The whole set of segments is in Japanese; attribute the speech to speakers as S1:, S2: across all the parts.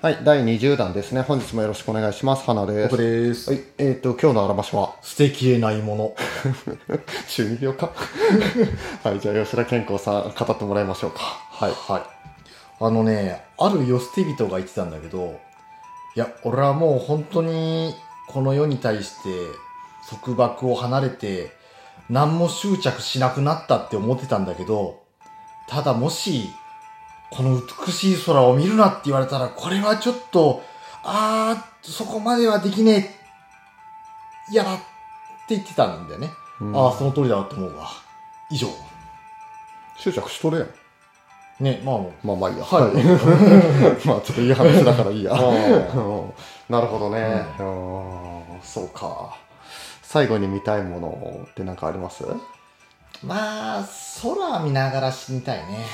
S1: はい、第20弾ですね。本日もよろしくお願いします。花です。
S2: 僕です
S1: はい、えっ、と、今日のあらましは、
S2: 捨てきれないもの。
S1: 中二病か。はい、じゃあ吉田健康さん、語ってもらいましょうか。はい、はい。
S2: あのね、ある世捨て人が言ってたんだけど、いや、俺はもう本当に、この世に対して、束縛を離れて、何も執着しなくなったって思ってたんだけど、ただもし、この美しい空を見るなって言われたら、これはちょっと、あー、そこまではできねえ、やだって言ってたんだよね。
S1: うん
S2: あー、その通りだなと思うわ。以上。
S1: 執着しとるやん。
S2: ね、まあ、
S1: まあまあいいや。
S2: はい
S1: はい。 まあちょっといい話だからいいや。
S2: あー
S1: うんなるほどね。うん、そうか。最後に見たいものって何かあります
S2: まあ、空見ながら死にたいね。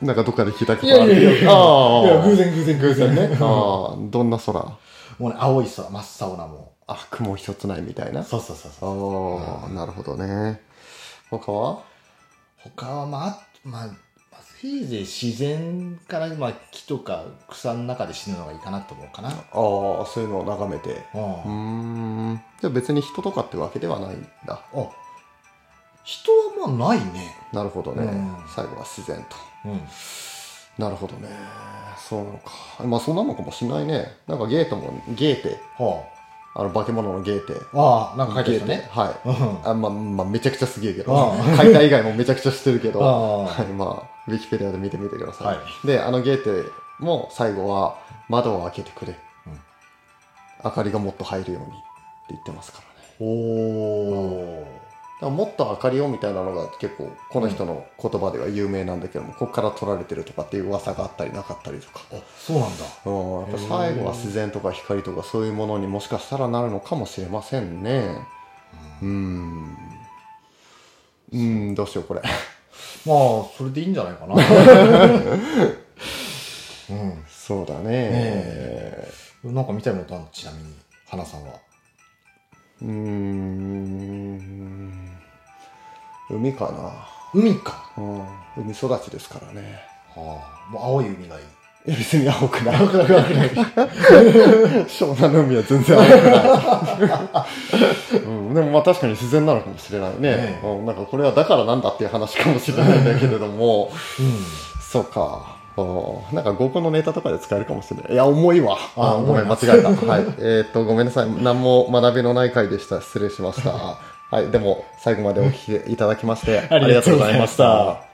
S1: なんかどっかで聞いたことあるけど。あー
S2: 然偶然偶然ね。
S1: あー、どんな空
S2: もうね、青い空、真っ青なも
S1: あ、雲一つないみたいな
S2: う。。そうそうそうそう。
S1: ああ、なるほどね。他は
S2: 他は、まあ、あまあ、まあせいぜい自然から、まあ、木とか草の中で死ぬのがいいかなと思うかな。
S1: ああ、そういうのを眺めて。
S2: う
S1: うー
S2: ん。
S1: ん。じゃあ別に人とかってわけではないんだ。
S2: あ、人はまあないね。
S1: なるほどね。
S2: うん
S1: 最後は自然と。
S2: うん。
S1: なるほどね。そうなのか。まあそうなのかもしんないね。なんかゲートも、ゲーテ。
S2: は
S1: あの化け物のゲーテ。
S2: あ。ああ、なんか書いて
S1: ゲ
S2: あ
S1: ー
S2: る
S1: テ。
S2: ね。
S1: はい。
S2: うん。あ
S1: あまあ、まあ、めちゃくちゃすげえけど
S2: あ、
S1: 解体以外もめちゃくちゃしてるけど、は
S2: あ。
S1: い、まあ、ウィキペディアで見てみてください。
S2: はい。
S1: であのゲーテも最後は窓を開けてくれ、
S2: うん
S1: 明かりがもっと入るようにって言ってますからね
S2: おー。
S1: だからもっと明かりをみたいなのが結構この人の言葉では有名なんだけども、ここから取られてるとかっていう噂があったりなかったりとか、
S2: あ、そうなんだ。
S1: うん、やっぱ最後は自然とか光とかそういうものにもしかしたらなるのかもしれませんねうんうんどうしようこれ
S2: まあ、それでいいんじゃないかな。うん。
S1: そうだね
S2: えなんか見たいものあるのちなみに、花さんは。
S1: うーん海か
S2: 海か。
S1: な、うん、海育ちですからね
S2: はあ、もう青い海がいい。
S1: いや別に青くない青くない湘南の海は全然青くない、うん、でもまあ確かに自然なのかもしれないね、
S2: ええ
S1: うん、なんかこれはだからなんだっていう話かもしれないんだけれど も
S2: うん。
S1: そうかうんなんか合コンのネタとかで使えるかもしれない。いや、重いわ。
S2: あ
S1: うんごめん、間
S2: 重
S1: 違えた。はい。えーっと、ごめんなさい。何も学びのない回で した。失礼しました。はい。でも、最後までお聞きいただきまして、あ
S2: ありがとうございました。